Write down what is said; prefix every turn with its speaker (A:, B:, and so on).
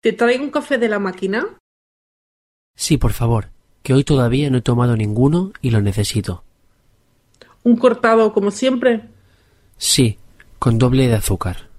A: ¿Te traigo un café de la máquina?
B: Sí, por favor, que hoy todavía no he tomado ninguno y lo necesito.
A: ¿Un cortado como siempre?
B: Sí, con doble de azúcar.